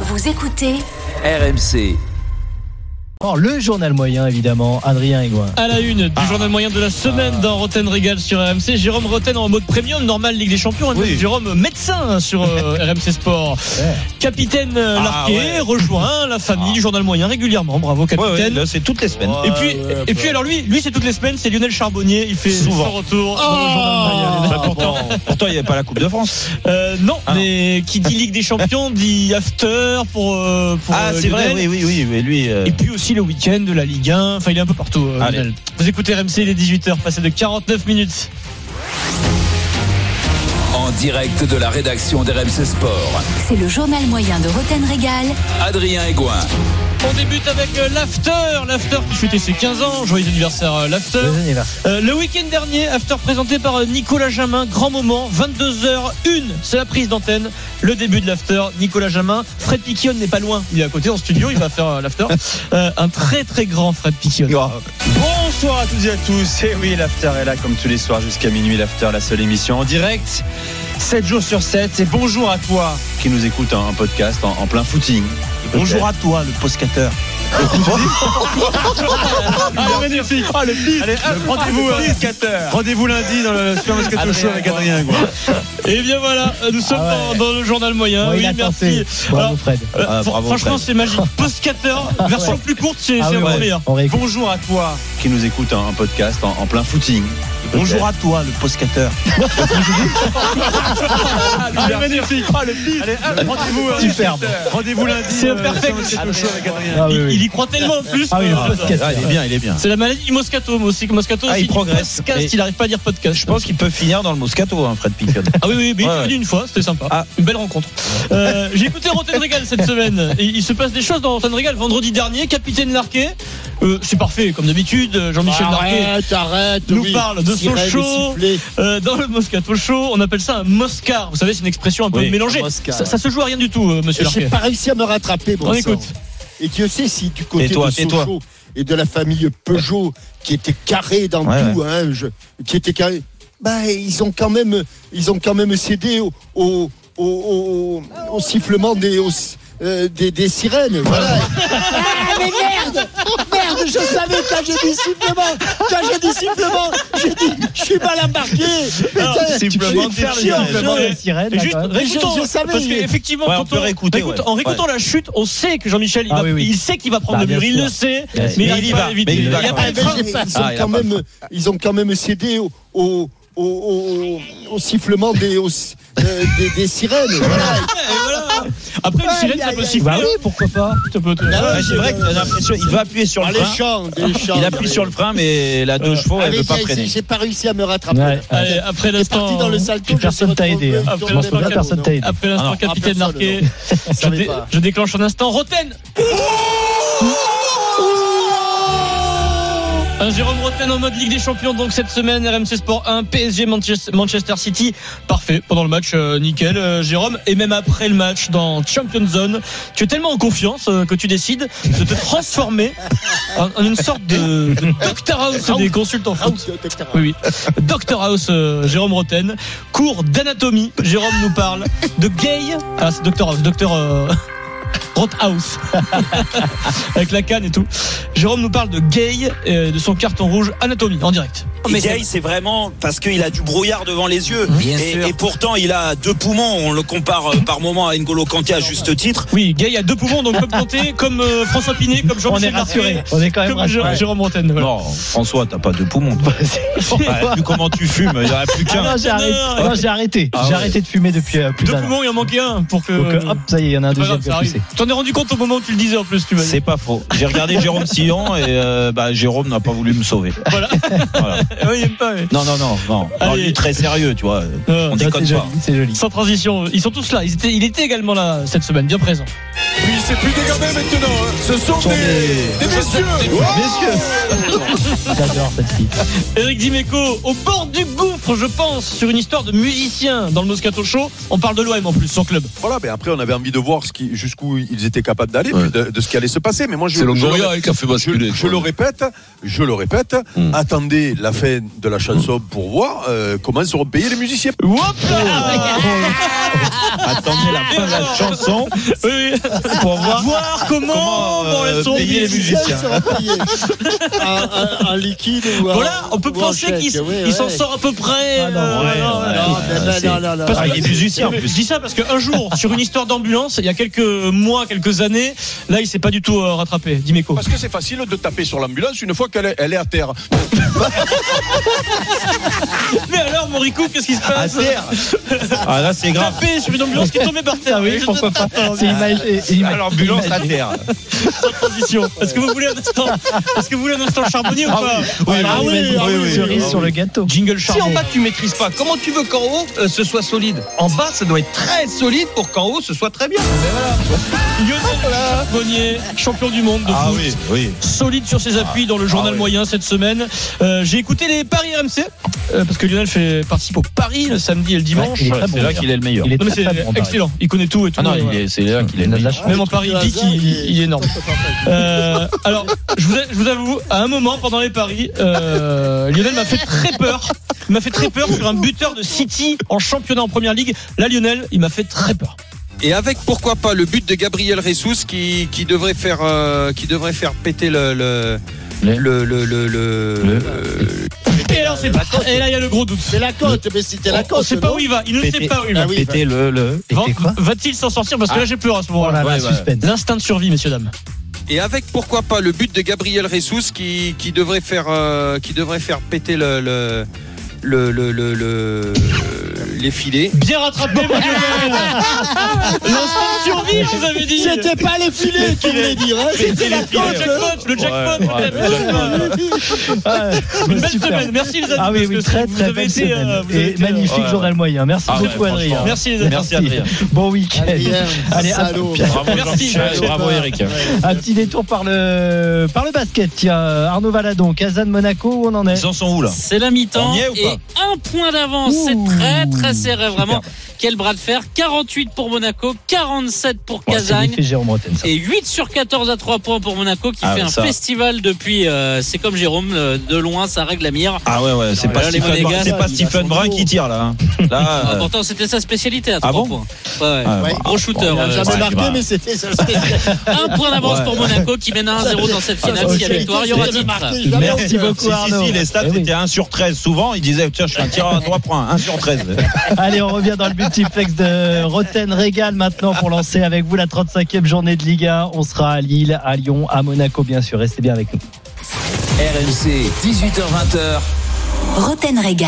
Vous écoutez RMC. Alors, le journal moyen, évidemment, Adrien Aigouin. À la une du Ah. journal moyen de la semaine dans Roten Régal sur RMC, Jérôme Roten en mode premium, normal Ligue des Champions, et Oui. Jérôme médecin sur euh, RMC Sport. Capitaine euh, Ah, Larquet ouais. Ah. rejoint la famille du journal moyen régulièrement, bravo Ouais, ouais, capitaine. là, c'est toutes les semaines. et puis, et puis alors lui, lui c'est toutes les semaines, c'est Lionel Charbonnier, il fait Souvent. son retour. dans le journal Ah, moyen. bah, pourtant, pourtant, il n'y avait pas la Coupe de France. Euh, non, Ah, non. mais qui dit Ligue des Champions dit after pour. euh, pour ah, euh, c'est vrai, Lionel. oui, oui, oui, mais lui. euh, Et puis aussi le week-end de la Ligue 1. Enfin, il est un peu partout. euh, Allez. Lionel. Vous écoutez RMC, il est 18h, passé de 49 minutes. En direct de la rédaction d'RMC Sport. C'est le journal moyen de Roten Régal. Adrien Aigouin. On débute avec euh, l'After. L'After qui fêtait ses 15 ans. Joyeux anniversaire, euh, l'After. Deux anniversaires. Euh, le week-end dernier, After présenté par euh, Nicolas Jamin. Grand moment, 22h01. C'est la prise d'antenne. Le début de l'After. Nicolas Jamin. Fred Piquion n'est pas loin. Il est à côté en studio. Il va faire euh, l'After. Euh, un très très grand Fred Piquion. Ah. Bonsoir à toutes et à tous. Et oui, l'after est là comme tous les soirs jusqu'à minuit. L'after, la seule émission en direct, 7 jours sur 7. Et bonjour à toi qui nous écoute hein, en, en podcast en, en plein footing. Bonjour à toi, le postcateur. Ah, magnifique. le Allez, rendez-vous, euh, rendez-vous lundi dans le Super Moscato Show avec Adrien. Quoi. Et bien voilà, euh, nous sommes Ah ouais. dans- dans, le journal moyen. Bon, il oui, a merci. tenté. Bravo, Alors, Fred. euh, Ah, fr- bravo, franchement, Fred. c'est magique. Post-cutter, version plus courte, c'est Ah oui, c'est vraiment ouais. meilleur. On réécoute. Bonjour à toi. Qui nous écoute en, en podcast en, en plein footing. Bonjour à toi, le postcateur. Ah, magnifique. Allez, rendez-vous euh, Superbe. rendez-vous lundi. C'est euh, dans le perfect. Super Moscato Show avec Adrien. Ah oui, il, oui. il y croit tellement en plus. Ah oui, que- le podcast. Ah, il est bien, il est bien. C'est la maladie du Moscato, moi aussi. Moscato, Ah, aussi, il dit progresse. Podcast, Et- il n'arrive pas à dire podcast. Je pense qu'il peut finir dans le Moscato, hein, Fred Pickett. Ah oui, oui, mais il Ouais, est ouais. venu une fois, c'était sympa. Ah. Une belle rencontre. Euh, J'ai écouté Rotten Regal cette semaine. Et il se passe des choses dans Rotten Regal. Vendredi dernier, Capitaine Larquet, euh, c'est parfait, comme d'habitude, euh, Jean-Michel Ah Larquet. Bah, Arrête, arrête. nous oui. parle de son Sirène show. sifflée. Euh, dans le Moscato Show, on appelle ça un Moscar. Vous savez, c'est une expression un peu Oui, mélangée. un Moscar, ça, ouais. ça se joue à rien du tout, euh, monsieur Et J'ai Larquet. pas réussi à me rattraper, bon On sang. écoute. Et Dieu sait si du côté Tais-toi, de tais-toi. Sochaux et de la famille Peugeot, qui était carré dans Ouais, tout, hein, je- qui était carré, bah, ils ont quand même, ils ont quand même cédé au, au, au- au- au sifflement des, aux- euh, des, des sirènes. Voilà. Ah, mais merde Merde, je savais quand j'ai dit sifflement Quand j'ai dit sifflement, j'ai dit, je suis mal embarqué Alors, Putain, sifflement je vais des faire sirènes. chier, je- Non, mais- La sirène, là, Juste, quand même. réécoutons, Je- je savais, parce il est- qu'effectivement, Ouais, on quand peut réécouter, réécoute- ouais. en réécoutant la chute, on sait que Jean-Michel, il, Ah va- oui, oui. il sait qu'il va prendre Bah, le bien mur, il sûr. le sait, Bien mais sûr. il Mais il y arrive pas à va. l'éviter. Mais il Il y va. y a Ah, pas Ah, de ben, frein. j'ai pas- ils, ont Ah, il a quand pas même, ils ont quand même cédé au, au, au- au- au sifflement des, aux- euh, des, des sirènes. Ah, Voilà. Et voilà. Après, une Ouais, sirène, y ça a- peut y a- siffler. Bah oui, pourquoi pas Ça peut- Ah, Ouais, c'est vrai que t'as l'impression il va appuyer sur Ah, le les frein. champs, des champs. Il appuie sur le frein, mais la deux chevaux, elle Allez, veut pas j'ai- freiner. J'ai pas réussi à me rattraper. Ouais. Allez, après T'es parti l'instant. dans le salto. je Personne me suis t'a aidé, retrouvé hein. dans Je m'en le souviens, bateau, personne non. t'a aidé. Après l'instant, Alors, capitaine personne, Ah, Larquet. non. Je, savais dé- pas. je déclenche un instant. Roten Un Jérôme Roten en mode Ligue des Champions, donc cette semaine, RMC Sport 1, PSG Manchester, Manchester City. Parfait, pendant le match, euh, nickel, euh, Jérôme. Et même après le match dans Champion Zone, tu es tellement en confiance euh, que tu décides de te transformer en, en une sorte de, de docteur house des consultants Ah, foot. oui, docteur. Oui, oui. Doctor House, euh, Jérôme Roten. Cours d'anatomie, Jérôme nous parle. De gay. Ah, c'est Doctor House, Docteur. euh, Rothouse. Avec la canne et tout. Jérôme nous parle de gay, euh, de son carton rouge anatomie, en direct. Oh, Mais Gay, c'est vraiment parce qu'il a du brouillard devant les yeux. Bien et, sûr. et pourtant, il a deux poumons. On le compare euh, par moment à N'Golo Kanté à juste bah. titre. Oui, gay a deux poumons, donc comme Kanté, comme euh, François Pinet, comme On est Jean-Michel rassuré. Larquet, On est quand même comme Jé- rassuré. Jérôme Roten. voilà. Non, François, t'as pas de poumons. toi. Ouais, vu comment tu fumes, il y en a plus Ah qu'un. non, j'ai arrêté. Non, Non, j'ai arrêté. Ah J'ai ouais. arrêté de fumer depuis euh, plus Deux d'un an. poumons, il en manquait un pour que. Donc, euh, hop, ça y est, il y en a un C'est pas deuxième grave, qui ça a arrive. poussé. Tu T'en es rendu compte au moment où tu le disais en plus, tu m'as dit. C'est pas faux. J'ai regardé Jérôme Sillon et euh, bah, Jérôme n'a pas voulu me sauver. Voilà. Voilà. Ah Oui, il aime pas, oui. Non, non, non, non. Non, Allez. lui, très sérieux, tu vois. Euh, On Ça, déconne C'est pas. joli, c'est joli. Sans transition, ils sont tous là. Ils étaient, il était également là cette semaine, bien présent. Sont des- J'adore cette fille. Eric Dimeco, au bord du gouffre, je pense, sur une histoire de musicien dans le Moscato Show. On parle de l'OM en plus, son club. Voilà, mais après, on avait envie de voir ce qui- jusqu'où ils étaient capables d'aller, puis de, de ce qui allait se passer. Mais moi, je, je, le, qui a fait je- je le répète, je le répète, attendez la fin de la chanson pour voir euh, comment seront payés les musiciens. Hop là Oh. Ah, Attendez la fin de la chanson Oui, oui. pour voir, comment, Ah. comment, on euh, les sont payer les payés. musiciens. Seul sera payé. un, un- un liquide ou un- Voilà, on peut ou un penser chèque, qu'il s- ouais, il s'en ouais. sort à peu près. Ah non, euh, ouais, voilà, ouais. voilà. Non, non, non, non, non. Parce Ah, que- il est musicien, en plus. Je dis ça parce qu'un jour, sur une histoire d'ambulance, il y a quelques mois, quelques années, là, il s'est pas du tout euh, rattrapé. Dimeco. Parce que c'est facile de taper sur l'ambulance une fois qu'elle est, elle est à terre. Mais alors, Morico, qu'est-ce qui se passe Ah là, c'est grave. Tapé sur une ambulance qui est tombée par Ah terre. Je te- pas C'est imagé. c'est imagé. L'ambulance à terre. sans transition. Est-ce que vous voulez un instant Est-ce que vous voulez un instant charbonnier ou pas Oui, Ah oui, oui, oui, oui. cerise sur le gâteau. Jingle Si en charbon. bas tu maîtrises pas, comment tu veux qu'en haut euh, ce soit solide En bas, ça doit être très solide pour qu'en haut ce soit très bien. Lionel Charbonnier, champion du monde de Ah foot. oui, oui. solide sur ses appuis dans le journal oui. moyen cette semaine. Euh, J'ai écouté les paris RMC euh, parce que Lionel fait participe au Paris le samedi et le dimanche. Ouais, il est très C'est bon, là d'ailleurs. qu'il est le meilleur. Il est Non, mais très, c'est très bon, Paris. excellent, il connaît tout et tout. Ah non, et il voilà. est- c'est là qu'il Il est Ah, le a de la meilleur. chance. Même en Paris, il dit hasard, qu'il il est- il est énorme. Euh, alors, je vous, je vous avoue, à un moment pendant les paris, euh, Lionel m'a fait très peur. Il m'a fait très peur sur un buteur de City en championnat en première ligue. Là, Lionel, il m'a fait très peur. Et avec pourquoi pas le but de Gabriel Ressus qui, qui devrait faire euh, qui devrait faire péter le le Le- le le, le- Le- euh, Et alors, c'est pas. Et là, il y a le gros doute. C'est la côte, mais c'était la On côte. sait pas où il va. Il ne sait pas où il va. Ah oui, Péter le. le- Et t'es quoi Va-t-il s'en sortir Parce que là, j'ai peur à ce Oh là moment-là. là, Ouais, ouais. suspense. L'instinct de survie, messieurs, dames. et avec pourquoi pas le but de Gabriel Ressus qui, qui devrait faire euh, qui devrait faire péter le le le, le- le- le- les filets. Bien rattrapé, mon Lionel L'instinct de survie, je vous avais dit C'était pas les filets, tu voulais dire. hein, C'était la le côte. hein. jackpot, le jackpot, Ouais, ouais, peut-être, le jackpot. Ah, Une belle super. semaine, merci les amis. Ah oui, parce oui, que très vous très avez belle été, euh, semaine. vous avez Et été, euh, magnifique ouais. journal moyen. Merci Ah ouais, beaucoup, Adrien. franchement. Merci les amis. Merci, Adrien. Bon week-end. Adrien, Allez, à- salaud. Bravo, Merci. Jean-Michel, Bravo, Eric. Un petit détour par le, par le basket. Tiens, Arnaud Valadon, Kazan Monaco, où on en est Ils en sont où là C'est la mi-temps On y est ou et un point d'avance. Ouh. C'est très très serré vraiment. Superbe. Quel bras de fer 48 pour Monaco, 47 pour Ouais, C'est Casagne l'effet Jérôme Rotten, ça. et 8 sur 14 à 3 points pour Monaco qui Ah, fait bah, un ça. festival depuis. euh, c'est comme Jérôme, euh, de loin ça règle la mire. Ah ouais, ouais, c'est Non, pas là, les Stephen Monégas, Brun- c'est pas ils Stephen sont Brun lourds. qui tire là. hein. Là. Ah, euh, pourtant c'était sa spécialité à Ah 3 bon points. Ouais, ouais. ah, Ouais. Gros shooter. Il a euh, jamais ouais, marqué, bah. mais c'était ça. c'était- un point d'avance Ouais. Ah, bah, pour Monaco qui mène à 1-0 dans cette finale. ça, S'il y a c'était- victoire, il y aura c'était titre. marqué, jamais Merci marqué. beaucoup. Si, si, Arnaud. si, les stats Eh oui. étaient 1 sur 13. Souvent, ils disaient, tiens, je suis un tireur à 3 points, 1 sur 13. Allez, on revient dans le multiplex de Roten Régal maintenant pour lancer avec vous la 35e journée de Liga. On sera à Lille, à Lyon, à Monaco, bien sûr. Restez bien avec nous. RMC, 18h20h. Roten Régal.